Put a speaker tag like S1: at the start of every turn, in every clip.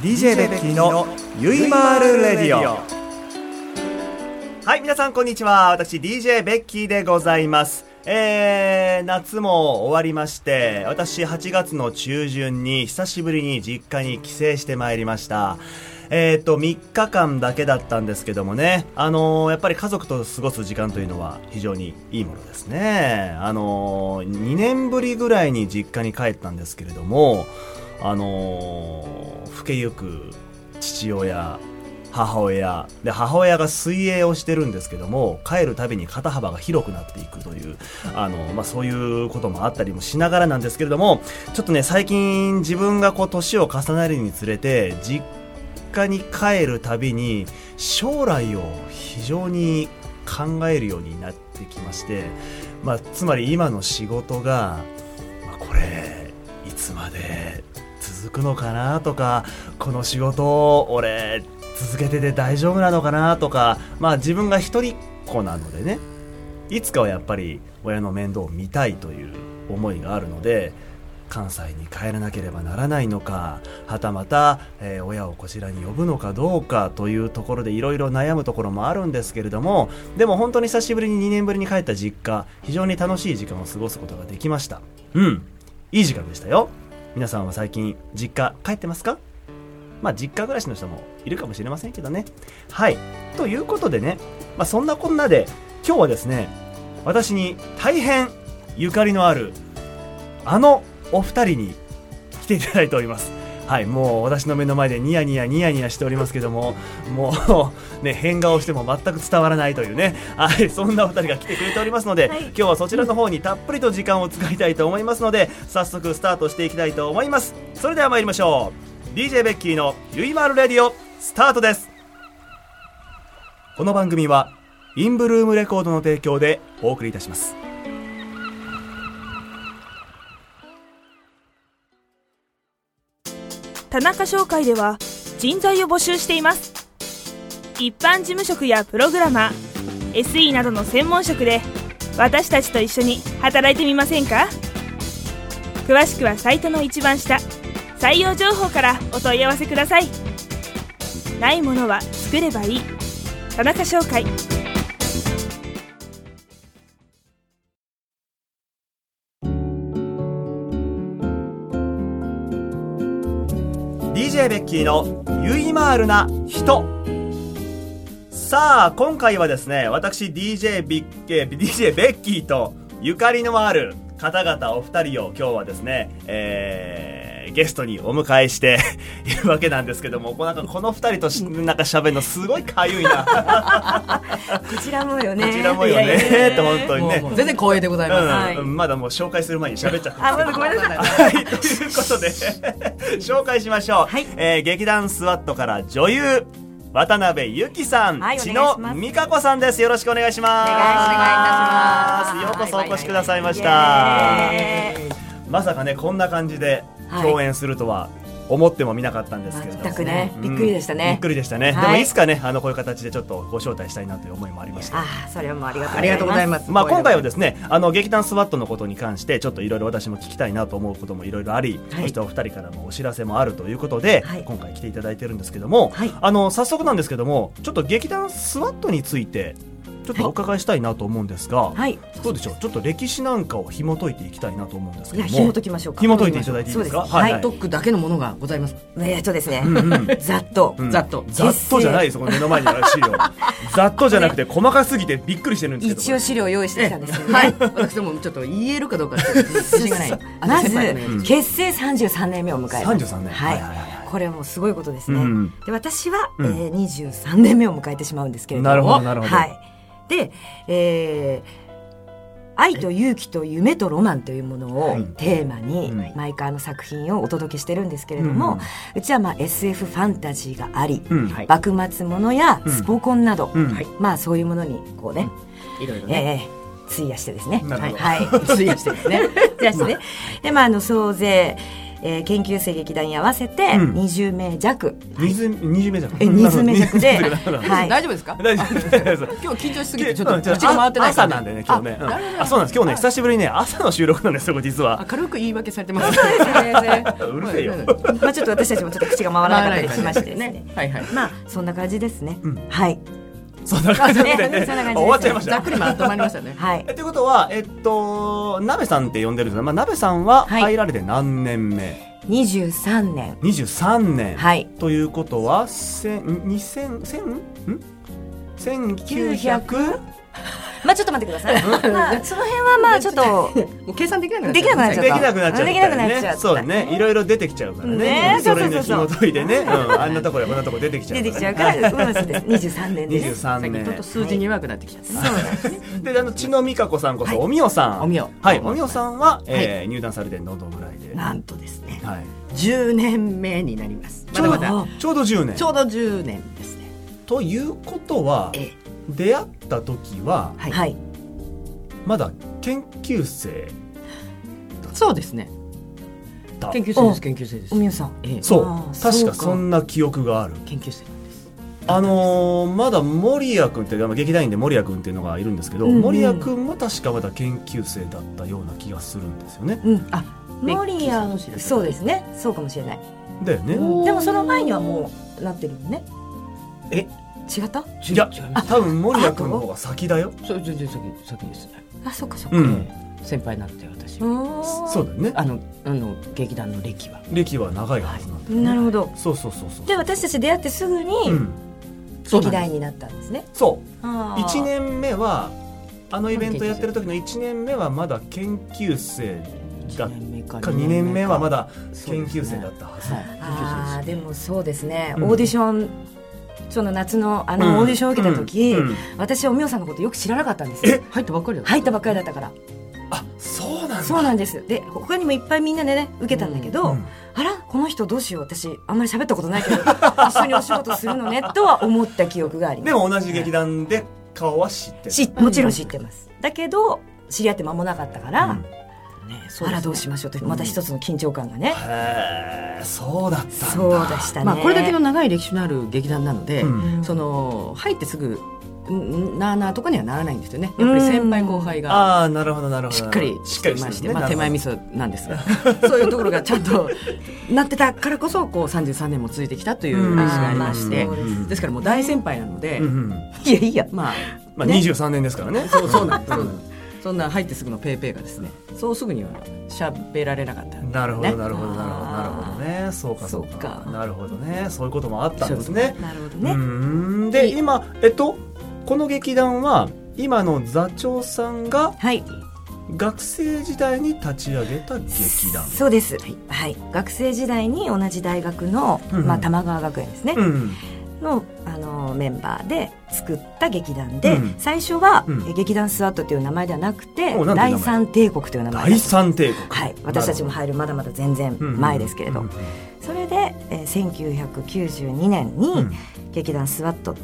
S1: DJ ベッキーのゆいまるレディオはい皆さんこんにちは私 DJ ベッキーでございますえー、夏も終わりまして私8月の中旬に久しぶりに実家に帰省してまいりましたえっ、と、3日間だけだったんですけどもね、あのーやっぱり家族と過ごす時間というのは非常にいいものですね。あのー、2年ぶりぐらいに実家に帰ったんですけれども、あのー、老けゆく父親、母親で母親が水泳をしてるんですけども帰るたびに肩幅が広くなっていくというあの、まあ、そういうこともあったりもしながらなんですけれどもちょっとね最近自分がこう年を重ねるにつれて実家に帰るたびに将来を非常に考えるようになってきまして、まあ、つまり今の仕事が、まあこれいつまで続くのかなとかこの仕事俺続けてて大丈夫なのかなとかまあ自分が一人っ子なのでねいつかはやっぱり親の面倒を見たいという思いがあるので関西に帰らなければならないのかはたまた、えー親をこちらに呼ぶのかどうかというところでいろいろ悩むところもあるんですけれどもでも本当に久しぶりに2年ぶりに帰った実家非常に楽しい時間を過ごすことができましたうんいい時間でしたよ皆さんは最近実家帰ってますかまあ実家暮らしの人もいるかもしれませんけどねはいということでね、まあ、そんなこんなで今日はですね私に大変ゆかりのあるあのお二人に来ていただいております。はい、もう私の目の前でニヤニヤニヤニヤしておりますけども、もうね、変顔しても全く伝わらないというね、はい、そんなお二人が来てくれておりますので、
S2: はい
S1: 今日はそちらの方にたっぷりと時間を使いたいと思いますので、早速スタートしていきたいと思います。それでは参りましょう。DJ ベッキーのゆいまるレディオ、スタートです。この番組は、インブルームレコードの提供でお送りいたします。
S2: 田中商会では人材を募集しています一般事務職やプログラマー SE などの専門職で私たちと一緒に働いてみませんか詳しくはサイトの一番下採用情報からお問い合わせくださいないものは作ればいい田中商会
S1: リージェベッキーのゆいまーるな人さあ今回はですね私 DJ ビッケ DJ ベッキーとゆかりのある方々お二人を今日はですね、えーゲストにお迎えして いるわけなんですけどもこうなんかこの二人としなんか喋るのすごいかゆいなこ
S3: こちらもよね。
S1: ちらもよ
S3: いやいや
S1: ねと本当にね
S4: もうもう全然光栄でございます。
S3: はい
S1: うん、まだもう紹介する前に喋っちゃった
S3: あ、まだごめんなさい。
S1: はい、ということで紹介しましょう、
S3: はい
S1: えー劇団スワットから女優渡辺由紀さん、
S3: はい
S1: 千
S3: お願い
S1: 野
S3: します
S1: 美香子さんですよろしくお願いします
S3: お願いします
S1: ようこそお越しくださいました、
S3: イエーイ
S1: まさかねこんな感じで
S3: はい
S1: 共演するとは思ってもみなかったんですけれども、
S3: 全くね
S1: う、ん
S3: びっくりでした
S1: びっ
S3: ね
S1: く。りでしたね、
S3: はい
S1: でもいつかねあのこういう形でちょっとご招待したいなという思いもありました
S3: あ、それはもうありがとう
S4: あ
S3: ございます。。
S4: りがとうございますす。。
S1: まあ、今回はですすねあの劇団スワットのことに関してちょっといろいろ私も聞きたいなと思うこともいろいろあり、
S3: はい
S1: そしてお二人からもお知らせもあるということで、
S3: はい
S1: 今回来ていただいてるんですけども、
S3: はい
S1: あの早速なんですけどもちょっと劇団スワットについてちょっとお伺いしたいなと思うんですが、
S3: はい。
S1: どうでしょうちょっと歴史なんかを紐解いていきたいなと思うんですけ
S3: い
S1: ど
S3: や、
S1: も
S3: 紐解きましょうか。
S1: 紐解いていただいていいですか
S3: そうはい。
S1: はい
S4: トックだけのものがございます。
S3: えっとですね
S1: う、ん うん
S3: ざっと
S1: う。ん
S4: ざっと
S1: ざっとじゃないですこの目の前にある 資料ざっとじゃなくて細かすぎてびっくりしてるんですけど
S3: 一応資料用意してきたんですけど
S4: は
S3: ね。
S4: い。。 私どもちょっと言えるかどうかちょっと自信がない
S3: まず
S4: 先輩お願いし、
S3: 結成33年目を迎える。
S1: 33年
S3: は
S1: はいはいはい
S3: い。これはもうすごいことですね
S1: うん。
S3: で、私は、え
S1: うん
S3: ー23年目を迎えてしまうんですけれども。
S1: なるほどなるほど
S3: はい。で、えー愛と勇気と夢とロマンというもの
S1: は
S3: を
S1: い
S3: テーマに
S1: はい
S3: 毎回あの作品をお届けしてるんですけれども、
S1: う
S3: うんちはまあ SF ファンタジーがあり、
S1: うん
S4: はい
S3: 幕末ものや
S1: うん
S3: スポコンなど、
S1: うん
S4: はい
S3: まあそういうものにこうね、
S4: ます。いろいろね。
S3: ええ費やしてですね。
S1: なるほど
S3: はい。
S4: 費やしてですね。
S3: じゃあしてね。で、まあ、あの、総勢、えー研究生劇団に合わせて
S1: うん
S3: 20名弱、
S1: 水20名弱
S3: え20名弱で
S1: なるほど
S3: はい
S4: 大丈夫ですか
S1: 大丈夫です
S4: 今日緊張しすぎてちょっと口が回ってない
S1: 朝なんでね今日ね
S4: あなるほど
S1: あそうなんです今日ね久しぶりにね朝の収録なんですよ実
S4: あ
S1: は
S4: 軽く言い訳されてますそうですね
S1: うるせえよ
S3: まあちょっと私たちもちょっと口が回らなかったりしましてですね
S4: はいはい
S3: まあそんな感じですね、
S1: うん
S3: はい
S1: そんな感じで
S3: あそうね
S1: ね
S3: そんな感じです
S1: 終わっちゃいまし
S4: ざ
S1: た
S4: っくりまとまりましたね
S3: はい
S1: えということはえっとなべさんって呼んでるんですがまあなべさんは
S3: はい
S1: 入られて何年目
S3: 23年
S1: 23年
S3: はい
S1: ということは千2000千ん1900
S3: 900まあちょっと待ってください、まあ、その辺はまあちょっと
S4: もう計算できなくなっ
S3: できなくなっちゃ
S1: で
S3: っ
S1: き
S3: た
S1: なくなっちゃったりね
S3: できなくなっちゃった
S1: そうだねいろいろ出てきちゃうからね
S3: ね
S1: それに
S3: そう
S1: 気
S3: そうそ
S1: の
S3: う
S1: 解いて ねうんあんなとこやこんなとこ出てきちゃう
S3: 出
S1: ら
S3: てきちゃうから、うん、そうです23年でね
S1: 23
S4: 最近ちょっと
S1: 年
S4: 数字に弱くなってきちゃった
S1: であの千野美香子さんこそおみおさん
S4: おみお
S1: はいおみおさんはえー入団されてどのぐらいで
S4: なんとですね
S1: はい
S4: 10年目になりますま
S1: ちょ
S4: だ
S1: う
S4: ま
S1: ど
S4: だ
S1: ちょうど10年
S4: ちょうど10年ですね
S1: ということは
S4: ええ
S1: 出会った時は
S4: はい、
S3: はい
S1: まだ研究生
S4: そうですね
S1: だ
S4: 研究生です研究生です
S3: おみよさん
S4: ええ
S1: そう
S3: あー
S1: 確
S3: そう
S1: か
S3: か
S1: そんな記憶がある
S4: 研究生
S1: あのーまだ守谷君ってあの劇団員で守谷君っていうのがいるんですけど、
S3: うんうん
S1: 守谷君も確かまだ研究生だったような気がするんですよね。
S3: うん
S4: あ
S3: 森谷そうですねそうかもしれない
S1: だよね。
S4: おー
S3: でもその前にはもうなってるよね
S1: え
S3: 違った
S1: いや
S4: 違います
S1: 多分守谷君の方が先だよ。
S4: そう全然先先ですね、
S3: あそっかそっか、
S1: う
S3: うん
S4: ええ先輩なんて私、
S3: ーん
S1: そうだよね。
S4: あのあの劇団の歴は
S1: 歴は長いはずなんだよね。
S3: なるほど
S1: そうそうそうそう。
S3: で私たち出会ってすぐに
S1: うん、
S3: 劇団員になったんですね
S1: そう
S3: あー
S1: 1年目はあのイベントやってる時の1年目はまだ研究生だ
S4: 1年目か
S1: か2年目はまだ
S4: そう
S1: 研
S4: です
S1: 究
S4: ね
S1: 生だったはず。
S4: はい
S3: あーでもそうですね、
S1: うん
S3: オーディションその夏のあのオーディションを受けた時、
S1: うんうん
S3: 私はおみおさんのことよく知らなかったんですよ
S4: 入ったばっかりだ
S3: 入ったばっかりだったから
S1: あそうなんだ。
S3: そうなんですで他にもいっぱいみんなでね受けたんだけど、
S1: うん
S3: あらこの人どうしよう私あんまり喋ったことないけど 一緒にお仕事するのねとは思った記憶があります
S1: でも同じ劇団で顔は知ってる。
S3: しもちろん知ってますだけど知り合って間もなかったから、
S1: うん
S4: ね
S3: あらどうしましょうとまた一つの緊張感がね、
S1: へえそうだったんだ
S3: そうでしたね、
S4: まあこれだけの長い歴史のある劇団なので、
S1: うん
S3: うん
S4: その入ってすぐんなあなあとかにはならないんですよねやっぱり先輩後輩が
S1: ああなるほどなるほど
S4: しっかりしていましてまあ、手前味
S1: 噌
S4: 噌なんですが そういうところがちゃんとなってたからこそこう33年も続いてきたという
S1: うん
S4: 歴史がありまして
S3: あーまあそう
S1: です
S4: ですからもう大先輩なので、
S1: うんうん
S4: いやいやまあ
S1: まあ
S4: ね
S1: 23年ですからね
S4: そうそ うなんそうなんそんな入ってすぐのペーペーがですねそうすぐには喋られなかったんで
S1: なるほど
S4: ね
S1: なるほどなるほどなるほどねそうかそう
S4: そっ
S1: か
S4: か
S1: なるほどねそういうこともあったんです
S4: そういう
S1: ね
S3: なるほど
S1: う
S3: ね、
S1: んで今えっとこの劇団は今の座長さんが
S3: はい
S1: 学生時代に立ち上げた劇団
S3: そうです、はい学生時代に同じ大学の、
S1: うんうん
S3: まあ、玉川学園ですね、
S1: うん
S3: のあのメンバーで作った劇団で、
S1: うん
S3: 最初は、
S1: うん
S3: え劇団スワットという名前ではなくて
S1: おなんて名前
S3: 第三帝国という名前
S1: 第三帝国
S3: はい、私たちも入るまだまだ全然
S1: うんうん
S3: 前ですけれど、
S1: うんうん
S3: それで、えー1992年に、
S1: うん
S3: 劇団スワット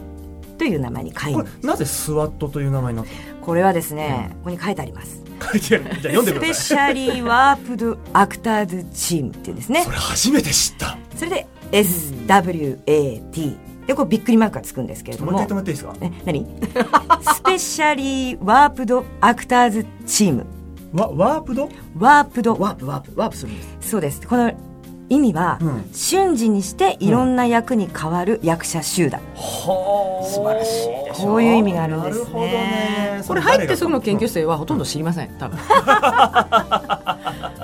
S3: という名前に変え
S1: こ
S3: こ
S1: れ
S3: れ
S1: なぜスワットという名前になった
S3: これはですね、ここに書いてあります
S1: 書いてある。じゃあ読んで
S3: ス
S1: くだ
S3: ペ
S1: さい。
S3: シャリーワープドアクターズチームっていうんですね
S1: それ初めて知った。
S3: それで SWAT でこうびっくりマークがつくんですけれど
S1: もう一
S3: も
S1: 回止めていいですか。
S3: え何 スペシャリーワープドアクターズチーム
S1: わワープド？
S3: ワープド
S4: ワープワープワープするんです
S3: そうですこの意味は、
S1: うん
S3: 瞬時にしていろんな役に変わる役者集団、
S1: はあ。素晴らしいで
S3: しょこういう意味があるんです
S1: な
S3: ね
S1: るほどね。
S4: これ入ってすぐの研究
S1: 室。
S4: 生はほとんど知りません多 分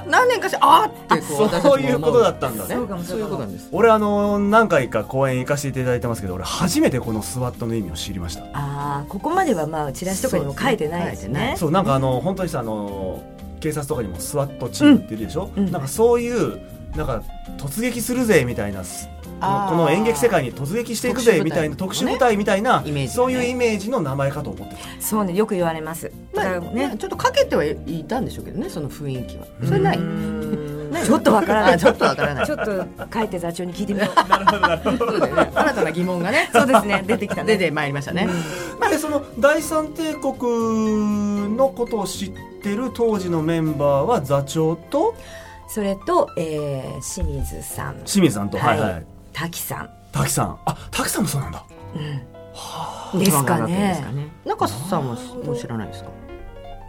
S4: 何年かしてあーってこう
S1: あ
S4: 私たちも思
S1: そういうことだったんだね
S4: そうかもそういうことなんです
S1: 俺あの何回か公演行かせていただいてますけど、俺初めてこのスワットの意味を知りました。
S3: ああここまではまあチラシとかにも書いてないですね
S1: そうなんかあの本当にさあの警察とかにもスワットチームっているでしょ。
S3: うんうん
S1: なんかそういうなんか突撃するぜみたいな。この
S4: あー
S1: この演劇世界に突撃していくぜみたいな特殊
S4: 特殊
S1: 部
S4: 部
S1: 隊みたいな、
S4: イメージ
S1: そういうイメージの名前かと思ってた
S3: そうねよく言われますだから
S4: まあね
S3: ね
S4: ちょっとかけてはいたんでしょうけどねその雰囲気はそれないうない
S3: ちょっとわからな
S4: あ
S3: い
S4: ちょっとわからない
S3: ちょっ と書いて座長に聞いてみよう
S4: そうだよね新たな疑問がね
S3: そうですね出てきたね
S4: 出てまいりましたね
S1: でその第三帝国のことを知ってる当時のメンバーは座長と
S3: それと、えー清水さん
S1: 清水さんと、はい、はい、
S3: 滝さん
S1: 滝さん。あ、滝さんもそうなんだ。
S3: ですか
S4: 一番頑張ってるんですか
S3: ね。
S4: ね中さんももう知らないですか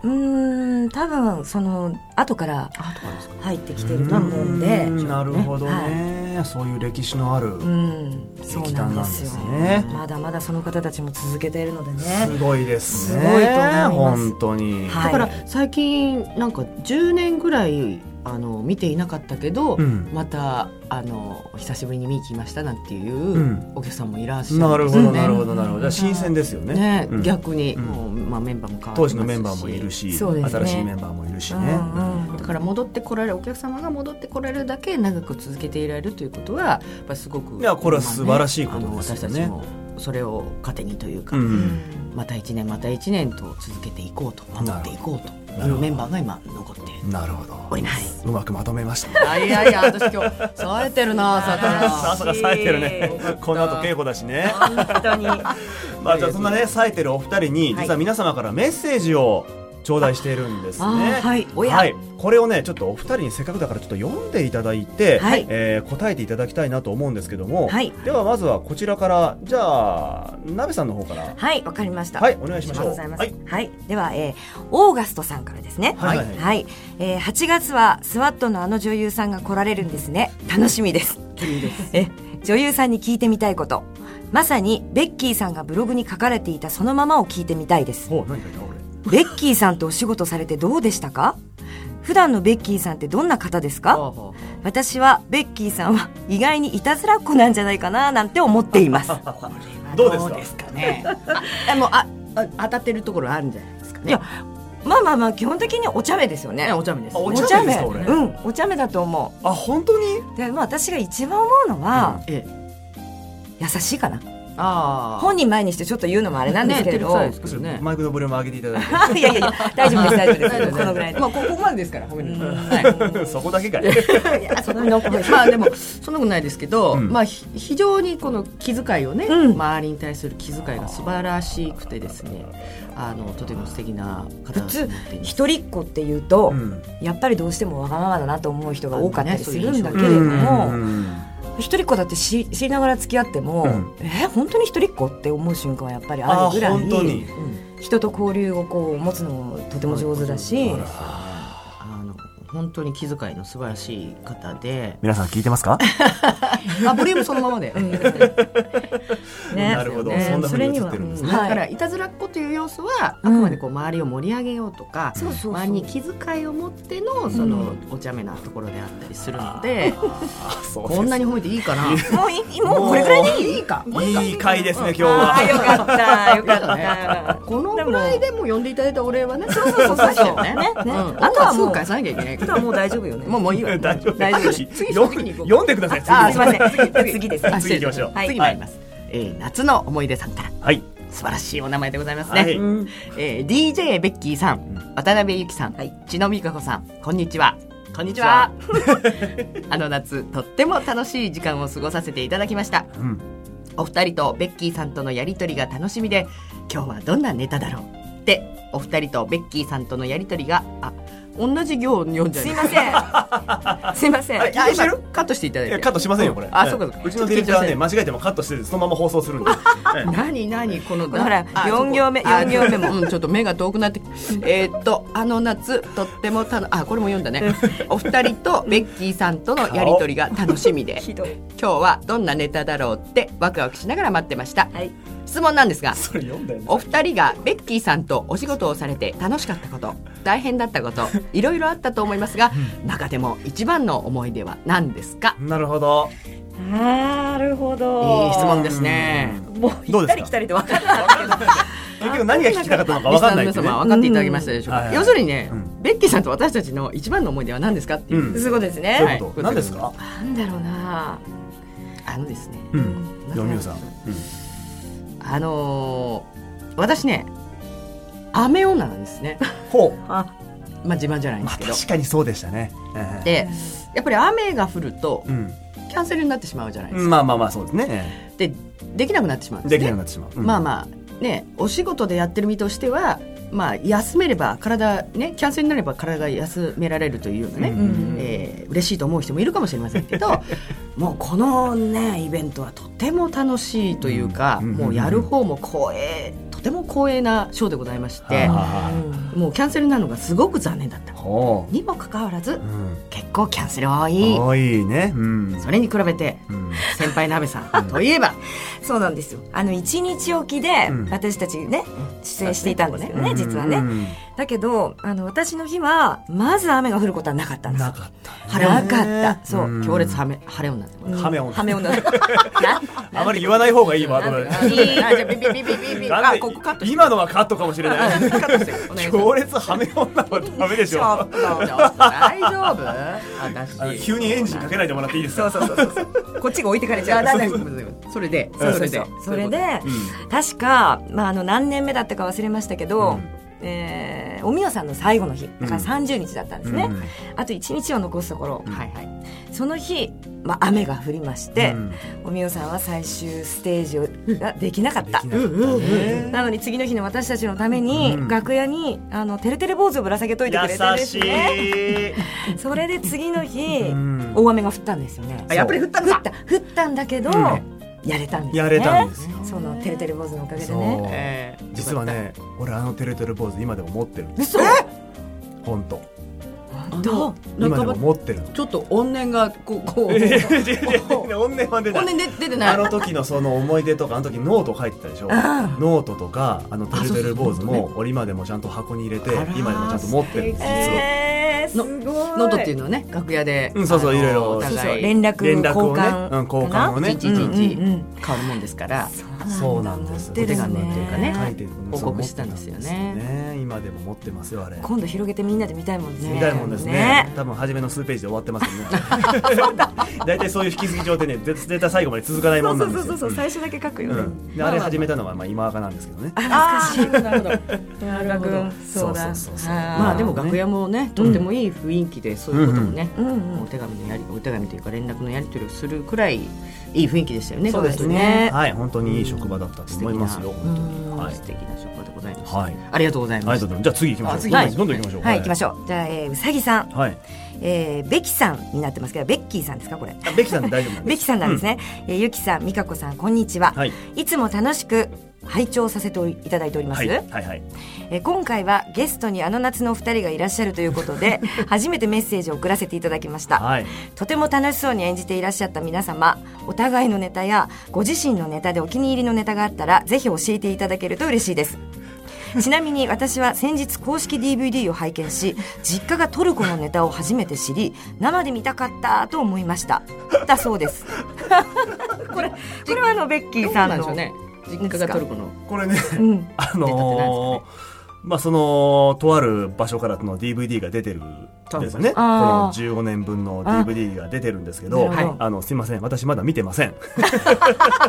S3: うーん多分その後から
S4: あとかですか
S3: 入ってきてると思うんで
S1: うーんなるほどね、そういう歴史のある。
S3: うんそうなんですよ
S1: 劇団なんですね
S3: まだまだその方たちも続けているのですね
S1: ごいですね。
S3: すごいと思います
S1: 本当に。
S3: は
S4: だ
S3: い
S4: から最近なんか10年ぐらいあの見ていなかったけど、
S1: うん
S4: またあの久しぶりに見に来ましたなんてい
S1: ん
S4: うお客さんもいらっしゃる
S1: なるほど、なるほ
S4: ど
S1: ど、なるほど。新鮮ですよね。
S4: ね、
S1: うん
S4: 逆に、
S1: うん
S4: もうまあ、メンバーも変わって
S1: 当
S4: ますし
S1: 時のメンバーもいるし、
S3: そうですね
S1: 新しいメンバーもいるしね。
S3: うんうん
S4: だから戻ってこられるお客様が戻ってこられるだけ長く続けていられるということはやっぱりすごく
S1: いやこれは素晴らしい
S4: まあ
S1: ことですよね
S4: あの私たちもそれを糧にというか、
S1: うん
S4: また1年また1年と続けていこうと守っていこうと
S1: ないるほ
S4: う
S1: ど
S4: メンバーが今残って
S1: なるほ
S4: お
S1: ど。
S4: ります。
S1: うまくまとめましたね。
S4: いやいやいや私今日冴えてるな 朝 から。
S1: 朝が冴えてるね。この後稽古だしね。
S3: 本当に
S1: まあじゃあそんなね冴えてるお二人に実は皆様からメッセージを頂戴しているんですね。
S4: ああはいおや
S1: はい。これをねちょっとお二人にせっかくだからちょっと読んでいただいて、
S3: はい
S1: えー答えていただきたいなと思うんですけども、
S3: はい
S1: ではまずはこちらからじゃあ鍋さんの方から。
S3: はいわかりました
S1: はいお願いしましょう
S3: ありがとうございます
S1: は
S3: はいい、では、えーオーガストさんからですね
S1: は
S3: はいい、
S1: はいはい
S3: えー8月はスワットのあの女優さんが来られるんですね楽しみです え女優さんに聞いてみたいことまさにベッキーさんがブログに書かれていたそのままを聞いてみたいです
S1: ほう何書いた俺。
S3: ベッキーさんとお仕事されてどうでしたか普段のベッキーさんってどんな方です
S4: あ
S3: か私はベッキーさんは意外にいたずらっ子なんじゃないかななんて思っています
S1: どうですか
S4: ね。あもうああ当たってるところあるんじゃないですかね。
S3: いやまあまあまあ基本的にお茶目ですよね
S4: ねお茶目です。
S1: あお
S3: お
S1: 茶目ですか俺
S3: うんお茶目だと思
S1: あ本当に？
S3: うで、まあ、私が一番思うのは、
S4: ええ
S3: 優しいかな
S4: あ
S3: 本人前にしてちょっと言うのもあれなんですけれど、
S4: ね照れくさいですけどね。
S1: マイクのボリューム上げていただいて。
S3: いやいやいや大丈夫です大丈夫です
S4: 大丈夫
S3: このぐらいで
S4: まあここまでですから褒める
S3: うん
S4: の。はい。
S1: そこだけかい。
S4: いやそんなことないまあでもそんなことないですけど、
S1: うん
S4: まあひ非常にこの気遣いをね、
S3: うん
S4: 周りに対する気遣いが素晴らしくてですね、あのとても素敵な方
S3: 普
S4: だと
S3: 通
S4: 思っています。
S3: 一人っ子っていうと、
S1: うん
S3: やっぱりどうしてもわがままだなと思う人が多かったりするんだけ
S1: う
S3: れど
S1: ん
S3: も、
S1: うん
S3: 一人っ子だって知知りながら付き合っても、
S1: うん
S3: え本当に一人っ子って思う瞬間はやっぱりあ
S1: あ
S3: るぐら
S1: 本当に
S3: い。人と交流をこう持つのもとても上手だし、
S4: あの本当に気遣いの素晴らしい方で、
S1: 皆さん聞いてますか？
S4: あボリュームそのままで。
S3: ね
S1: なるほど、
S4: ね
S1: そんな風に映
S3: それに
S1: っ
S3: は
S1: てるんですね。
S4: だからいたずらっ子という要素はあく
S3: うん
S4: までこう周りを盛り上げようとか、
S3: そうそうそう
S4: 周りに気遣いを持ってのそのお茶目なところであったりするの で、
S1: あそうです
S4: こんなに褒めていいかな。
S3: もういもうこれぐらいでいい
S4: いいか。
S1: いい回ですね今日
S3: あー
S1: は。
S3: よかったよかった
S4: このぐらいでも呼んでいただいたお礼はね。そう
S3: そうそうそうそう
S4: ね。
S3: ねね
S4: うん
S3: あとはもう
S4: すぐ返さなきゃいけない
S3: あ
S4: か
S3: と
S4: ら。
S3: はもう大丈夫よね
S4: もうもういいよ。
S1: 大丈夫
S3: 大丈夫
S1: 次
S4: 次
S1: 読ん
S4: 次に行こう
S1: 読んでください。次
S3: あーすいません次次です
S4: あ
S1: 次行きましょう
S4: はい次参ります。えー夏の思い出さんから
S1: はい。
S4: 素晴らしいお名前でございます
S1: はい
S4: ね。えー DJ ベッキーさん、渡辺由紀さん
S3: はい、
S4: 千野美香子さん、こんにちは。こんにちは。あの夏、とっても楽しい時間を過ごさせていただきました。
S1: うん。
S4: お二人とベッキーさんとのやりとりが楽しみで今日はどんなネタだろうってお二人とベッキーさんとのやりとりがあ同じ行読んじゃい
S3: すい
S4: ま
S3: ませんすいません
S1: はい
S4: あ今
S1: 緊張して
S4: カットしていただ
S1: い
S4: い
S1: や
S4: て
S1: カットしませんよこれ。
S4: あそうかそうか
S1: うちのディレクターは
S4: ち
S1: ね
S4: ょ
S1: 間違えてもカットしてそのまま放送するんで。ええ
S4: 何何この
S3: ほら
S4: あ
S3: 四行目
S4: ちょっとあ
S3: 四行目も
S4: うんちょっと目が遠くなってえーっとあの夏とってもたのあこれも読んだねお二人とベッキーさんとのやりとりが楽しみで
S3: ひどい
S4: 今日はどんなネタだろうってワクワクしながら待ってました
S3: はい
S4: 質問なんですが
S1: それ読んだよね。
S4: お二人がベッキーさんとお仕事をされて楽しかったこと大変だったこと いろいろあったと思いますが中でも一番の思い出は何ですか
S1: なるほど。
S2: なるほど
S4: いい質問ですね
S2: もう
S1: ど
S2: 行
S1: う
S2: っ
S1: で
S2: た
S1: す
S2: り
S1: か
S2: 来たりと分かんない
S1: 結局何が聞きたかったのか
S4: リ
S1: わ
S4: スナ
S1: かん
S4: ーの
S1: ないっ
S4: 皆
S1: てね
S4: 様。分かっていただけましたでしょう
S1: うん
S4: か要するにね
S1: うん。
S4: ベッキーさんと私たちの一番の思い出は何ですかっていううん
S3: そういうことです
S1: そう
S3: ね
S1: いうこと。何ですか？
S3: なんだろうな
S4: あのですね
S1: うん。読みよさん。
S4: あのー私ね雨女なんで すね
S1: ほ
S3: あ
S4: まあ自慢じゃな
S1: う。
S4: いんで
S1: まあ
S4: すけど
S1: 確かにそうでしたね。ええ
S4: でやっぱり雨が降ると
S1: うん。
S4: キャンセルになってしまうじゃないですか
S1: まあまあまあそうですね。
S4: でできなくなってしまうん
S1: で
S4: で
S1: き
S4: す
S1: なく
S4: ね
S1: なってしまう。うん
S4: まあまあねお仕事でやってる身としてはまあ、休めれば体、ね、キャンセルになれば体が休められるというようなね、
S1: うん
S4: えー嬉しいと思う人もいるかもしれませんけ どもうこの、ね、イベントはとても楽しいというか、
S1: うん
S4: もうやる方も光栄とても光栄なショーでございまして、
S1: は
S4: もうキャンセルなのがすごく残念だった
S1: あ。ほ
S4: にもかかわらず
S1: う。うん。
S4: 結構キャンセル多い。
S1: 多いね。うん。
S4: それに比べて
S1: うん
S4: 先輩鍋さんとい えば
S3: そうなんですよ。あの、一日おきで
S1: うん、
S3: 私たちね、出演していたんですよね、
S1: うん
S3: 実は
S1: う
S3: ね。
S1: ん
S3: だけど、あの、私の日は、まず雨が降ることはなかったんです
S1: な
S3: よ。
S1: かったね。
S3: 晴れなかった。そうう。
S1: ん
S4: 強烈はめ晴れ女でございま
S1: ハメ女
S3: ハ メ女。な
S1: あまり言わない方がいいワードだね。
S4: す。いいあじゃあビビビビビビ
S1: なん
S4: あ
S1: で
S4: ここカットして
S1: 今のはカットかもしれない。
S4: カットしてお願いします
S1: 強烈ハメ女はダメでし
S4: ちょ
S1: ょ。
S4: っと大丈夫私
S1: あの急にエンジンかけないでもらっていいです
S3: そ
S1: か
S3: うそうそうそう。こっちが置いてかれち
S4: じゃ
S3: ゃ
S4: あ
S3: う。
S4: 大丈夫それで
S3: そう
S4: そ
S3: そう
S4: れ
S3: そ
S4: で
S3: うそれで
S1: う、
S3: 確か、まあ、あの、何年目だったか忘れましたけ
S1: う
S3: ど
S1: ん、
S3: えーおみよさんの最後の日、だから30日だったんですね
S1: う。ん
S3: あと1日を残すところ、
S4: はいはい
S3: その日、まあ、雨が降りまして、
S1: うん
S3: おみおさんは最終ステージをができなかった。
S1: できなかったね
S3: なのに次の日の私たちのために、
S1: うん
S3: 楽屋にあのてるてる坊主をぶら下げといてくれて
S1: 優
S3: です
S1: し
S3: ね
S1: い。
S3: それで次の日、
S1: うん
S3: 大雨が降ったんですよね
S4: あやっぱり降ったんだ
S3: 降った降ったんだけど、
S1: うん
S3: やれたんですね
S1: やれたんですよ。
S3: そのてるてる坊主のおかげで
S1: そ
S3: ね
S1: う。
S4: えー
S1: 実はね、俺あのてるてる坊主今でも持ってるんです。
S3: 嘘
S1: 本当。
S4: あ
S3: 本当
S4: の
S1: 今で
S4: 半
S1: も
S4: ば
S1: 持ってるの。
S4: ちょっと怨念がこう こう
S1: いやい
S4: 怨
S1: やいやいや怨念は出ない。
S4: 念で出てない
S1: あの時のその思い出とかあの時ノート書いてたでしょノートとかあのてるてる坊主
S4: あそうそう
S1: も俺今でもちゃんと箱に入れて
S4: あらー
S1: 今でもちゃんと持ってるんです実は
S3: えー、すごい
S4: ノートっていうのはね楽屋で
S1: うんそうそう
S4: あの
S1: いろいろ
S4: お
S3: そうそう
S4: 互い
S3: 連絡
S1: 連
S3: 交
S1: 絡をね
S3: 換、
S1: うん交換をね
S4: 一日一日
S3: うんうんうん
S4: 変わるもんですから
S1: そうなんです
S3: 持ってるの
S4: お手紙
S3: ね
S4: っていうかね
S1: 書いてるの
S4: 報告したんですよね
S1: そう持ってたんですよね今でも持ってますよあれ
S3: 今度広げてみんなで見たいもんですね
S1: 見たいもんですね多分初めの数ページで終わってますよね 大体そういう引き継ぎ状ってね絶絶対最後まで続かない
S3: そ
S1: も
S3: うんそ
S1: なん
S3: う
S1: です
S3: そ
S1: よ
S3: うそう最初だけ書くよ
S1: う
S3: ね、
S1: んであれ始めたのはまあ今赤なんですけどね
S3: あ懐かしいなるほど
S1: そ
S3: そうう
S1: だ
S3: だ
S4: まあ
S1: ー
S4: でも楽屋もねとってもいい雰囲気でそういうこともね、
S3: うんうんうん
S4: お手紙のやりお手紙というか連絡のやり取りをするくらいいい雰囲気でしたよね
S3: そうです
S4: 本当に
S3: ね
S1: はい本当にいい職場だったと思いますよ
S4: 素
S1: 本当にはい
S4: 素敵な職場でございます、
S1: はい
S4: ありがとうござい
S1: あ
S4: ま
S1: り
S4: す
S1: がとうございますじゃあ次行きましょう
S4: あ次
S1: ど
S4: は
S1: ん
S4: い
S1: どんどん行きましょう
S3: はい行きましょうじゃあ、えーうさぎさん、
S1: はい
S3: えー、べきさんになってますけどベッキーさんですかこれ
S1: あベキさんで大丈夫なんで
S3: べきさんなんですね、えーゆきさんみかこさんこんにちは、
S1: はい
S3: い、つも楽しく拝聴させていただいております、
S1: はいはいはい
S3: えー今回はゲストにあの夏のお二人がいらっしゃるということ で初めてメッセージを送らせていただきました、
S1: はい
S3: とても楽しそうに演じていらっしゃった皆様お互いのネタやご自身のネタでお気に入りのネタがあったらぜひ教えていただけると嬉しい ですちなみに私は先日公式 DVD を拝見し実家がトルコのネタを初めて知り生で見たかったと思いましただそうです これこれはあのベッキーさん
S4: そ
S3: の
S4: うなんですよね実家がトルコの
S1: こ れね
S3: うん
S1: あのーまあそのとある場所からの DVD が出てるんですねこの
S3: あー
S1: 15年分の DVD が出てるんですけど
S3: あなるほど
S1: あのすいません私まだ見てません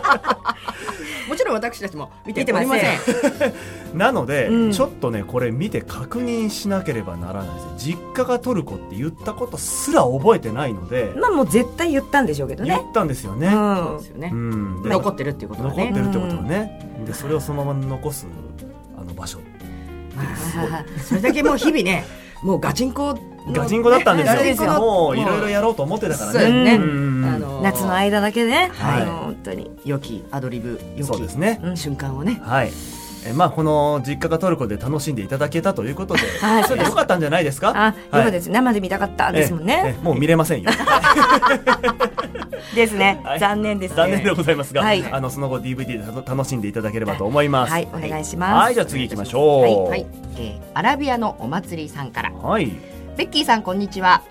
S4: もちろん私たちも見て
S3: 見て
S4: お
S3: ま
S4: り
S3: せん
S4: ません
S1: なので、
S3: うん
S1: ちょっとねこれ見て確認しなければならないです実家がトルコって言ったことすら覚えてないので、
S3: まあもう絶対言ったんでしょうけど
S1: 言
S3: ね
S1: ったんですよ
S3: う
S1: ね、
S4: そうんですよね、
S1: うんで
S4: 残ってるっていうことは
S1: 残って
S4: ね
S1: るってことはね、でそれをそのまま残すあの場所
S4: それだけもう日 々ねもうガチンコの
S1: ガチンコだったんですよ、
S3: ガチンコの
S1: もういろいろやろうと思ってたか
S4: そう
S1: ら
S4: で
S1: ね
S4: すね、
S1: うん
S4: あの
S3: 夏の間だけね、
S1: はい
S3: あの本当に
S4: 良きアドリブ良
S1: そう
S4: き
S1: ですね、
S4: うん瞬間をね
S1: はいえまあこの実家がトルコで楽しんでいただけたということで、
S3: はいそうです
S1: よかったんじゃないですか
S3: あ、
S1: はい
S3: よかったです。生で見たかったですもん
S1: え
S3: ね。
S1: えもう見れませ んよ
S3: ですね
S1: はい。
S3: 残念ですね。
S1: 残念でございますが、
S3: はい
S1: あのその後 DVD で楽楽しんでいただければと思います
S3: はい、お願いします。
S1: はい、じゃあ次行きましょう。
S4: はい、はいえーアラビアのお祭りさんから
S1: はい。
S4: ベッキーさんこんにちは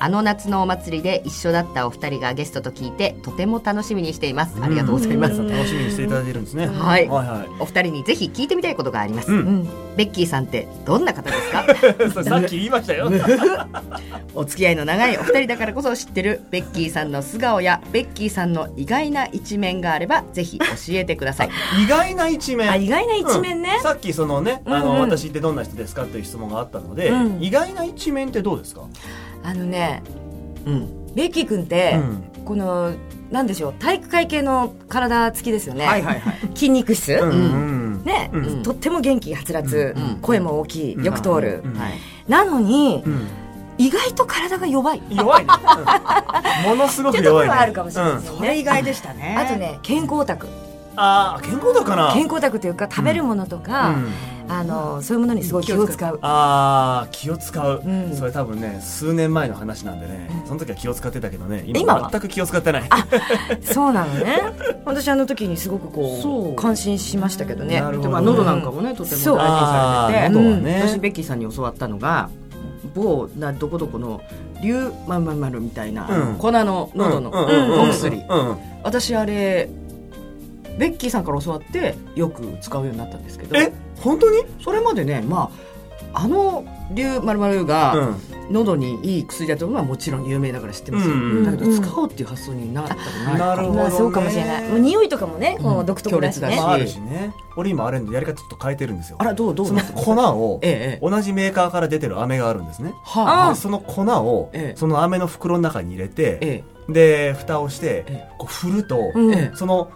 S4: あの夏のお祭りで一緒だったお二人がゲストと聞いてとても楽しみにしていますありがとうございます
S1: 楽しみにしていただいてるんですね。
S4: はい
S1: はい は
S4: お二人にぜひ聞いてみたいことがあります、
S1: うん
S3: うん、
S4: ベッキーさんってどんな方ですか
S1: い。さっき言いましたよ。
S4: お付き合いの長いお二人だからこそ知ってるベッキーさんの素顔やベッキーさんの意外な一面があればぜひ教えてください
S1: 意外な一面。
S3: あ、意外な一面ね
S1: うん。さっきそのね、あ
S3: うん
S1: の
S3: うん
S1: 私ってどんな人ですかっていう質問があったので、
S3: うん
S1: 意外な一面ってどうですか？
S3: あのね、
S4: うん
S3: ベッキー君って、
S1: うん
S3: この、なんでしょう、体育会系の体つきですよね。
S4: はいはい
S3: 筋肉質、
S1: うん
S4: ん
S3: ね、
S1: うん
S3: とっても元気はつらつ、
S4: うんうん
S3: 声も大きい、
S1: うん
S3: よく通る、
S1: うん
S4: はい。
S3: なのに、
S1: うん
S3: 意外と体が弱い。
S1: 弱いね、うんものすご
S3: って
S1: く
S3: と
S1: 弱
S3: こ
S1: い、
S3: ろ
S1: ね、
S3: はあるかもしれないです
S1: うん
S3: よ
S4: こ
S3: ね。
S4: れ意外でしたね。
S3: あと。ね健康オタク
S1: ああ健康だかな
S3: 健康オタクというか食べるものとか、
S1: うん
S3: あのそういうものにすごい気を使う
S1: あー気を使う、
S3: うん
S1: それ多分ね数年前の話なんでねその時は気を使ってたけどね
S3: 今
S1: 今
S3: は
S1: 全く気を使ってない
S3: そうなのね 私あの時にすごくこ
S4: そう
S3: う感心しましたけどね
S1: なるほ
S4: で
S1: ど
S4: まあ喉なんかもねとても大事にされ
S1: あ
S4: て
S1: ー
S4: て。
S1: 喉はね、
S4: 私ベッキーさんに教わったのが某などこどこの竜まんまるまるみたいな、
S1: うん
S4: 粉の喉のお薬、
S1: うんうん
S4: 私あれベッキーさんから教わってよく使うようになったんですけど
S1: え本当に、
S4: それまでねまああの竜まるまるが喉にいい薬だというのはもちろん有名だから知ってますよ、
S1: うん
S4: だけど使おうっていう発想になったことない、
S1: なるほど、ね
S3: まあそうかもしれないもう匂いとかもね、こう独特だ
S4: 強烈
S3: し
S4: だ
S3: ね
S4: し
S1: まあ、あるしね俺今あれやり方ちょっと変えてるんですよ
S4: あらどうどう
S1: その粉を
S4: ええええ
S1: 同じメーカーから出てる飴があるんですね
S4: は
S1: でその粉を、
S4: ええ
S1: その飴の袋の中に入れて、
S4: え
S1: で蓋をして、
S4: え
S1: こう振ると、
S3: うん
S4: ええ
S1: その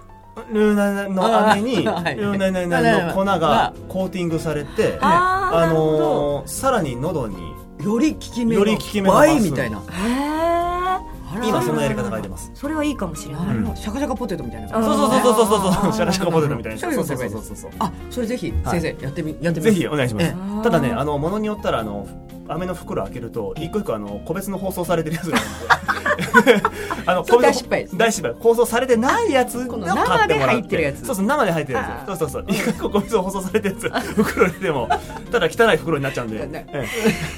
S1: ルーナの飴にル
S4: あーはい
S1: ーナナナの粉がコーティングされて
S4: あ
S1: あ
S3: ー
S1: のーさらに喉に
S4: えより効き目
S1: よ
S4: の
S1: り効き目の
S4: 倍みたいな
S3: へー
S4: あら
S1: 今そのやり方が出てます
S3: それはいいかもしれない、
S4: なるほ
S1: う
S4: どシャカシャカポテトみたいな
S1: そう
S4: 感
S1: そ
S4: じ
S1: うそうそうそうそう
S3: あー
S1: シャラシャラポテトみたいな
S4: そ
S1: そうう
S4: いう
S1: そうそ
S4: の
S1: う
S4: すればいい
S1: そ
S4: で
S1: うそう
S4: あそれぜひ
S1: はい
S4: 先生やってみやってみ
S1: ぜひお願いします
S4: え
S1: ただねあのものによったらあの飴の袋開けると一個一個あの個別の包装されてるやつ があるんであの個別
S4: それ
S1: の
S4: 大失敗です
S1: 大失敗包装されてないやつを買
S4: この
S1: ってもら
S4: 生で入
S1: っ
S4: ってるや
S1: て
S4: つ
S1: そうそう生で入ってるや
S4: あ
S1: つそうそうそう一個一個個別の包装されてるやつ袋入れてもただ汚い袋になっちゃうんで
S4: ねね
S1: え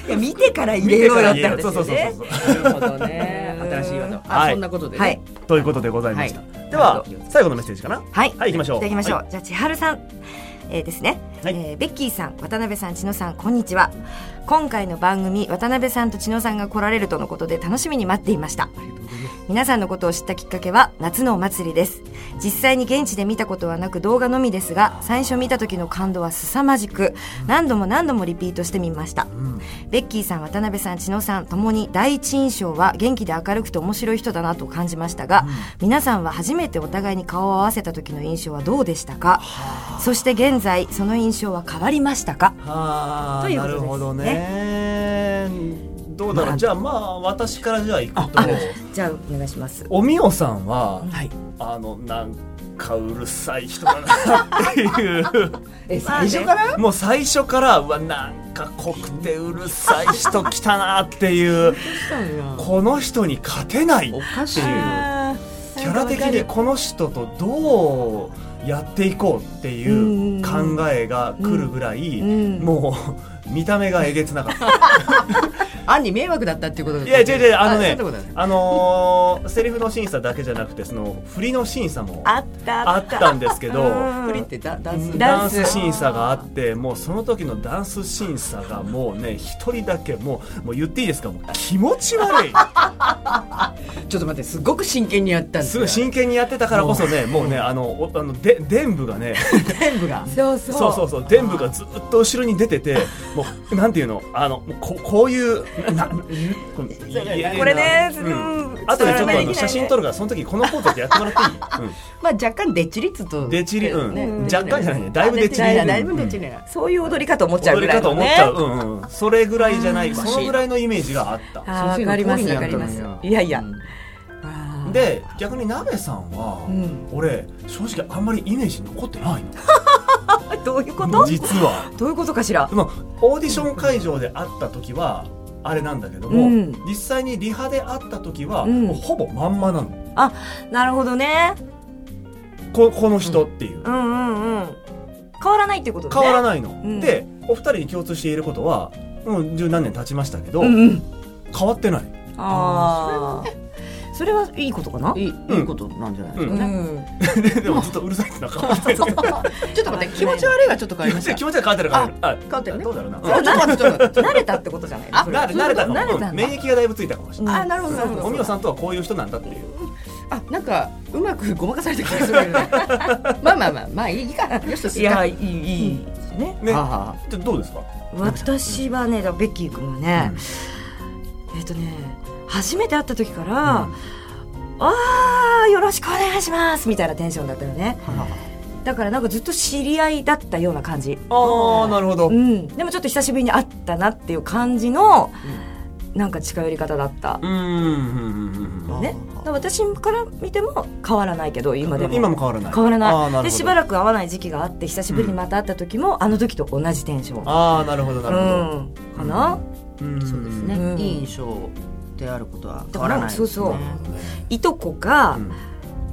S1: え
S3: いや見てから入れようよって話
S1: そうそうそう
S3: ね
S1: そう
S4: なるほどね新しい技
S1: は
S4: あ
S1: い
S4: そんなことでね
S3: はい
S1: ということでございました、
S4: はい
S1: では最後のメッセージかな
S3: はい
S1: はい行きましょう
S3: いただきましょう、じゃあ千春さん、えーですね、
S1: はい
S3: えーベッキーさん渡辺さん千野さんこんにちは今回の番組渡辺さんと千野さんが来られるとのことで楽しみに待っていました皆さんのことを知ったきっかけは夏のお祭りです実際に現地で見たことはなく動画のみですが最初見た時の感動は凄まじく何度も何度もリピートしてみました、ベッキーさん渡辺さん千野さんともに第一印象は元気で明るくて面白い人だなと感じましたが、皆さんは初めてお互いに顔を合わせた時の印象はどうでしたかそして現在その印象は変わりましたか
S1: はあ
S3: というこ
S1: な
S3: とです
S1: るほどねどうだろう、じゃあまあ私からじゃあ行くと
S3: じゃあお願いします
S1: おみおさんは、
S4: はい
S1: あのなんかうるさい人だなっていう
S4: え最初から
S1: もう最初からうわなんか濃くてうるさい人来たなっていうこの人に勝てない
S4: おかし
S1: っ
S4: い
S1: ていうキャラ的にこの人とどうやっていこうっていう考えが来るぐらい、
S3: ん
S1: もう見た目がえげつなかった。
S4: あんに迷惑だったっていうこと
S1: いや違う違うあの
S4: そうい
S1: ね
S4: うことだね
S1: あのーセリフの審査だけじゃなくてその振りの審査も
S3: あった
S1: あったんですけど。
S4: プリってダダンス
S1: ダ
S3: ダ
S1: ン
S3: ンス
S1: ス審査があってもうその時のダンス審査がもうね一人だけもうもう言っていいですかもう気持ち 悪い
S4: ちょっと待ってすごく真剣にやったんです
S1: すごい真剣にやってたからこそねもうねあのおあので伝部がね
S4: 剣部が
S3: そうそう
S1: そうそうそう全部がずっと後ろに出ててもうなんていうのあのもうここういうななこ
S3: これね
S1: う
S3: うん
S1: ん、あとでちょっとあの写真撮るからその時このポーズだけやってもらっていい、
S4: まあ若干でっちりつと
S1: うん、でちり、うん
S4: ね
S1: 若干じゃないねだいぶでちり
S4: だいぶでっちりな
S3: そういう踊りかと思っ ちゃう
S1: 踊り
S3: ぐら
S1: か
S3: い
S1: と
S3: の
S1: 思っ
S3: ね
S1: ちゃう、うんうん、それぐらいじゃない
S4: うん
S1: そのぐらいのイメージがあった
S3: あーわかりますわかりますいやいや、あー
S1: で逆に鍋さんは、
S3: ん
S1: 俺正直あんまりイメージ残ってない
S3: どういうこ
S1: の
S3: と
S1: 実は
S3: どういうことかしら
S1: でもオーディション会場で会った時はあれなんだけども、
S3: うん
S1: 実際にリハで会った時は、
S3: うん
S1: もうほぼまんまなの
S3: あなるほどね
S1: ここの人っていう、
S3: うんうんうん変わらないってことね
S1: 変わら
S3: ない
S1: ないの、
S3: ん
S1: でお二人に共通していることはもう十何年経ちましたけど、
S3: うんうん
S1: 変わってない、
S3: ああそれはいいことかない
S4: いいいことなんじゃないですか
S1: う
S4: ね
S3: ん
S1: ででもずっとうるさいってのは変わってない
S4: ちょっと待って気持ち悪いがちょっと変わりまし た
S1: 気持ちは変わってる変わってるあ
S4: 変わってるね
S1: どうだろうな、
S4: ちょっと待ってちょっと待って
S3: 慣れたってことじゃない
S4: あ
S3: それ
S1: な慣れたかも
S3: 慣れ
S1: う
S3: た
S1: んん
S3: だ
S1: 免疫がだいぶついたかもしれない、
S4: あなるほどなるほど
S1: おみおさんとはこういう人なんだっていう
S4: あなんかうまくごまかされた気がするけどね まあまあまあまあいいかよしとし
S3: いやいいいいね
S1: ね
S4: あ
S1: じゃあどうですか
S3: 私はねだからベッキー君はね、えっ、とね初めて会った時から「ああよろしくお願いします」みたいなテンションだったよね
S4: あ
S3: だからなんかずっと知り合いだったような感じ
S1: ああなるほど、
S3: うん、でもちょっと久しぶりに会ったなっていう感じの、なんか近寄り方だった、
S1: うんうんうんうん
S3: ね、だから私から見ても変わらないけど今でも
S1: 今も変わらない
S3: 変わら
S1: あー
S3: ない
S1: なるほど
S3: でしばらく会わない時期があって久しぶりにまた会った時も、あの時と同じテンション
S1: ああなるほどなるほど、
S3: うん、かな、
S1: ん
S4: そうですね、
S3: うん
S4: いい印象であることは変わらないです、ね、
S3: そうそう
S1: なるほどね
S3: いとこが
S1: うん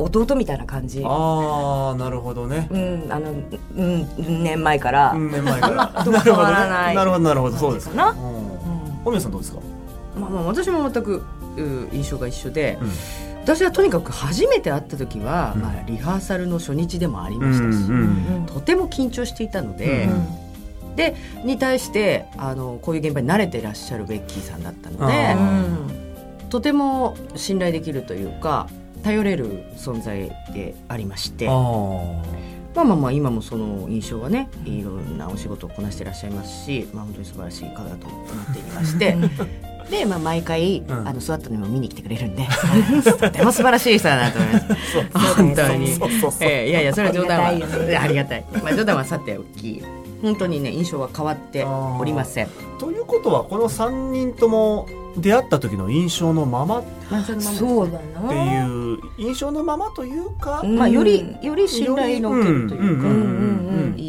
S3: 弟みたいな感じ、
S1: ああなるほどね
S3: うん、あの、うん、年前から、
S1: うん年前から
S3: と
S1: なる
S3: 変
S1: ほど
S3: わ
S1: ね
S3: らない
S1: なるほどなるほどそうですね
S3: かな
S1: うん小宮さんどうですか
S4: まあ、まあ私も全くうん印象が一緒で、
S1: うん
S4: 私はとにかく初めて会った時は、
S1: うん
S4: まあ、リハーサルの初日でもありましたし、
S3: うん
S4: とても緊張していたの
S1: う
S4: で、
S1: ん
S4: でに対してあのこういう現場に慣れてらっしゃるベッキーさんだった
S1: あ
S4: ので
S1: ー
S4: とても信頼できるというか頼れる存在でありまして
S1: あ
S4: ま
S1: ー
S4: あまあまあ今もその印象はねいろんなお仕事をこなしてらっしゃいますし、まあ、本当に素晴らしい方だと思っていまして で、まあ、毎回、
S1: ん
S4: あの座ったのにも見に来てくれるんでとても素晴らしい人だなと思います。
S1: そう
S4: 本当に
S1: そうそうそう
S4: えーいやいやそれは冗談は
S3: ありがたいよね
S4: ありがたい、まあ、冗談はさておき本当にね印象は変わっておりません
S1: ということはこの3人とも出会った時の印象のままっ
S3: そうだな
S1: ていう印象のままというか、
S3: うん
S4: まあ、よりより信頼の受けるというか、
S1: うんうん
S3: うんうんうん
S4: いいい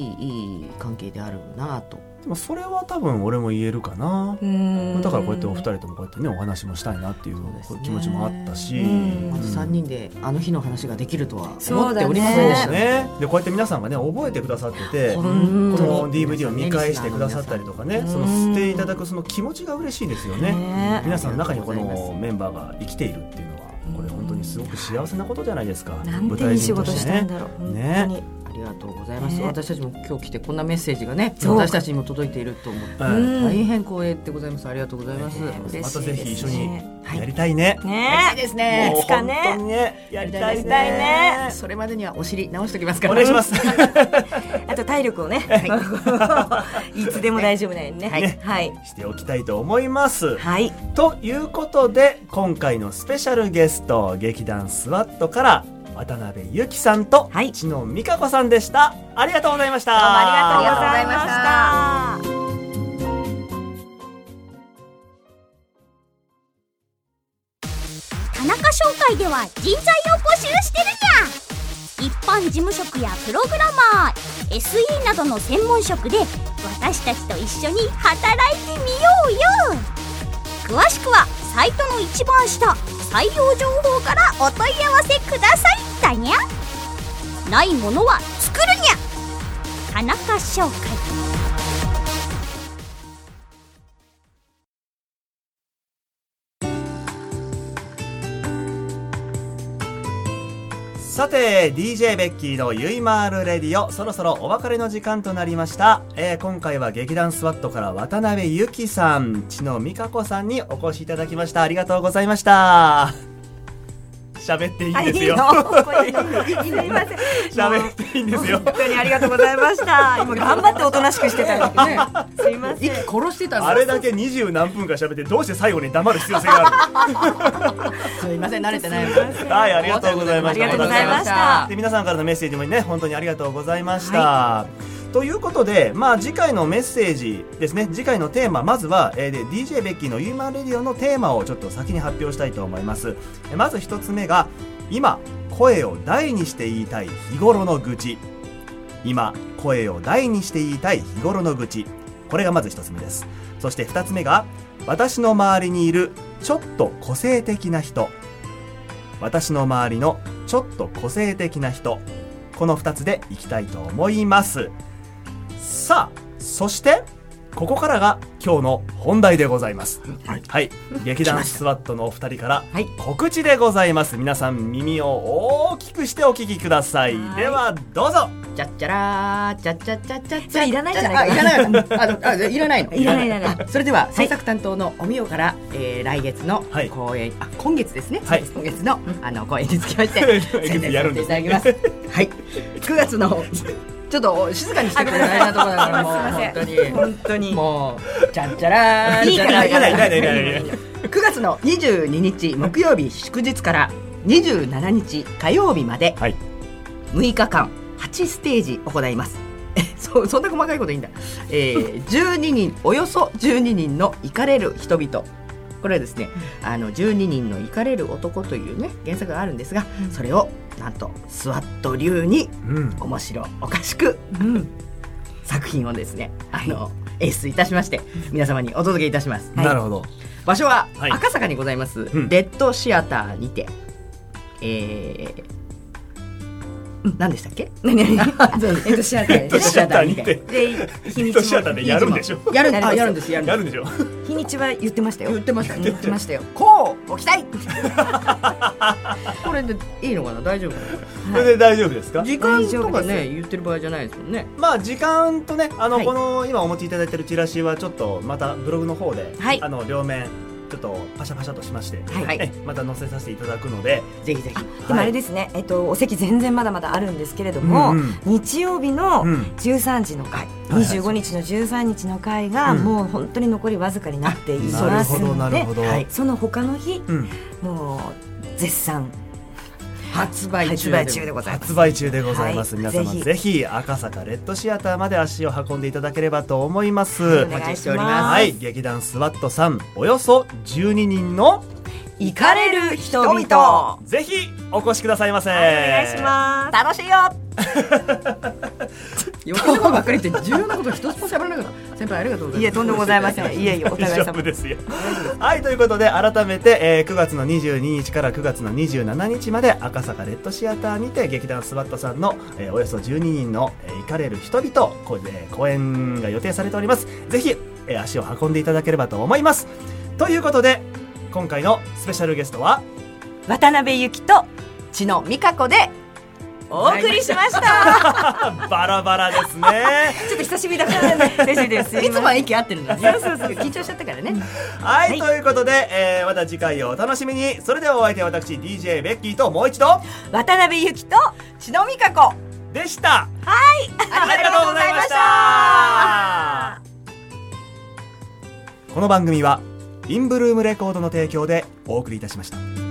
S4: い関係であるなと
S1: でもそれは多分俺も言えるかな、
S3: うん
S1: だからこうやってお二人ともこうやってねお話もしたいなっていう
S4: そうですね
S1: 気持ちもあったし、
S3: うん
S4: まず3人であの日の話ができるとは
S3: そ
S4: 思
S3: う
S4: っ
S3: だね
S4: ておりま
S1: そう
S4: せんで
S1: で
S4: し
S1: す
S4: た
S1: ねでこうやって皆さんがね覚えてくださっててこ
S4: 本当に
S1: の DVD を見返してくださったりとかね
S4: うん
S1: その吸っていただくその気持ちが嬉しいですよね
S3: ね
S1: 皆さんの中にこ
S4: ありがとうござい
S1: の
S4: ます
S1: メンバーが生きているっていうのはこれ本当にすごく幸せなことじゃないですか
S3: なんていい仕事
S1: 舞台人と
S3: し
S1: して
S3: たん
S1: ね
S3: だろう、
S1: ね
S3: 本当に
S4: ありがとうございます、
S3: ね
S4: 私たちも今日来てこんなメッセージがね
S3: そう
S4: 私たちにも届いていると思って
S1: うん
S3: うん
S4: 大変光栄でございますありがとうございます、
S3: ね嬉
S1: ま
S3: しい
S1: たぜひ一緒に
S4: はい
S1: やりたいね
S3: ねえ
S4: です
S1: もう
S3: いつか
S1: 本
S3: ね
S1: 当にねやりたい
S3: やりたい
S1: ね
S3: ね
S4: それまでにはお尻直しておきますか
S1: お願
S4: ら
S1: いします
S3: あと体力をね、 い、つでも大丈夫なようにね
S4: はい
S3: はい、
S1: しておきたいと思います
S3: はい
S1: ということで今回のスペシャルゲスト劇団スワットから渡辺由紀さんと
S3: はい
S1: 知野美香子さんでしたありがとうございましたどう
S3: どうもあり
S4: ありがとうござ
S3: がとうござい
S4: いま
S3: ま
S4: し
S3: したた。
S5: 田中商会では人材を募集してるにゃ一般事務職やプログラマー SE などの専門職で私たちと一緒に働いてみようよ詳しくはサイトの一番下採用情報からお問い合わせくださいだにゃないものは作るにゃ田中商会
S1: さて DJ ベッキーのゆいまーるレディオそろそろお別れの時間となりました、えー今回は劇団スワットから渡辺由紀さん知野美香子さんにお越しいただきましたありがとうございました喋っていいん
S3: あい
S1: で
S3: い
S1: すよ
S3: のこれいいのいいのすいません。
S1: 喋っていいんですよ
S3: 本当にありがとうございました。今頑張っておとなしくしてたんだけどね。すいませ
S4: 息
S3: ん。
S4: 殺してたんです
S1: あれだけ二十何分か喋ってどうして最後に黙る必要性がある
S4: すみません慣れてないもん
S1: はい、ありがとうございま
S3: あ
S1: し
S3: り
S1: た。
S3: がとうございました。
S1: で皆さんからのメッセージもね本当にありがとうございました、ということで、まあ、次回のメッセージですね次回のテーマまずは、えーで DJ ベッキーの「ユーマンレディオ」のテーマをちょっと先に発表したいと思いますえまず一つ目が今声を大にして言いたい日頃の愚痴今声を大にして言いたい日頃の愚痴これがまず一つ目ですそして二つ目が私の周りにいるちょっと個性的な人私の周りのちょっと個性的な人この2つでいきたいと思いますさあそしてここからが今日の本題でございますはい、劇団スワットのお二人から
S4: はい
S1: 告知でございます皆さん耳を大きくしてお聞きください
S3: はい
S1: ではどうぞ
S4: ちゃっちゃらーちゃっちゃっちゃっちゃっち
S3: そ
S4: ゃ
S3: れいらないんじゃ
S4: あ
S3: ないい
S4: らないのあのあいらないの
S3: いらないいらない
S4: あそれでは制作担当のおみおから、えー、来月の
S1: はい
S4: 公演、あ今月ですね、
S1: はい
S4: そうです今月のあの公演につきまし
S1: 来
S4: て
S1: 月
S4: 宣伝
S1: や
S4: さ
S1: る
S4: せ
S1: ん
S4: て
S1: で
S4: い
S1: す
S4: ただきますはい9月のちょっと静かにしてくれないなところだからもう本当に
S3: 本当に。
S4: もうちゃっちゃらー
S3: いいから
S4: ちゃっちゃらー
S1: いいからいいからいいからいいか
S4: 9月の22日木曜日祝日から27日火曜日まで
S1: はい
S4: 6日間8ステージ行います。えそう そんな細かいこといいんだ、えー、12人およそ12人の「イカれる人々」これはですね「あの12人のイカれる男」というね原作があるんですが、それをなんとスワット流に
S1: うん
S4: 面白おかしく、作品をですねあの演出いたしまして皆様にお届けいたします。
S1: なるほど
S4: 場所は
S1: はい
S4: 赤坂にございます、
S1: ん
S4: レッドシアターにて、えー、うん何でしたっけ
S3: 何何えっとシアター
S1: レ
S3: で
S1: ッド
S3: す
S1: シアターにて
S3: で日
S1: レ
S3: に
S1: ッドシ
S3: ち
S1: アター
S3: も
S1: でやるんでしょ
S4: やる
S3: やりま
S4: あ
S3: す
S4: やるんですやるんで
S1: や
S4: す
S1: るんでしょ
S3: 日にちは言ってましたよ
S4: 言ってました
S3: 言ってましたよ
S4: こうご期待これでいいのかな大丈夫か
S1: それで大丈夫ですか
S4: な時間とか
S3: 大丈夫
S4: ね言ってる場合じゃないですもんね
S1: まあ時間とねあの、
S4: はい
S1: この今お持ちいただいてるチラシはちょっとまたブログの方で、
S3: はい
S1: あの両面ちょっとパシャパシャとしまして、
S4: はい、
S1: えまた載せさせていただくので、
S4: ぜひぜひ
S3: でもあ
S1: は
S3: れ
S1: い
S3: ですね、えっと、お席全然まだまだあるんですけれど
S1: う
S3: も、
S1: んうん
S3: 日曜日の
S1: うん
S3: 13時の回、
S1: はい
S3: 25日の13日の回が、
S1: うん
S3: もう本当に残りわずかになっていますので、
S1: ど
S4: はい
S3: その他の日、
S1: うん、
S3: もう絶賛
S4: 発売中
S3: 発売中でございます。
S1: 発売中でございます、
S3: はい
S1: 皆様ぜ
S3: ぜ
S1: ひ
S3: ひ
S1: 赤坂レッドシアターまで足を運んでいただければと思います、
S3: お
S1: はい
S4: お
S3: 願いし
S4: 待ちしており
S3: ます。
S4: ま
S1: 劇団スワットさんおよそ12人の
S3: 行かれる人
S4: 人々
S3: 々。
S1: ぜひお越しくださいませ、
S2: お願いします
S3: 楽しいよ。
S4: よくばっかり言って重要なこと一つも喋らなかった先輩ありがとうございます
S3: いえ、とんでもございません。いえいえ、お互い
S1: 大丈
S3: 様
S1: 夫。ですよ。はい、ということで、改めて、えー9月の22日から9月の27日まで、赤坂レッドシアターにて、劇団スワットさんの、えーおよそ12人の、えー、行かれる人々、こえー公演が予定されております。ぜひ、えー足を運んでいただければと思います。ということで、今回のスペシャルゲストは、
S3: 渡辺ゆきと
S4: ちのみかこで
S3: お送りしました。
S1: バラバラですね。
S3: ちょっと久しぶりだからね。嬉しいです。
S4: いつも
S3: は
S4: は息合ってるんだねそうそうそう緊張しちゃったからね
S1: はい、ということで、えーまた次回をお楽しみに。それではお相手は私、DJ ベッキーともう一度、
S3: 渡辺ゆきと
S4: ちのみかこ
S1: でした。
S4: ありがとうございました
S1: この番組はインブルームレコードの提供でお送りいたしました。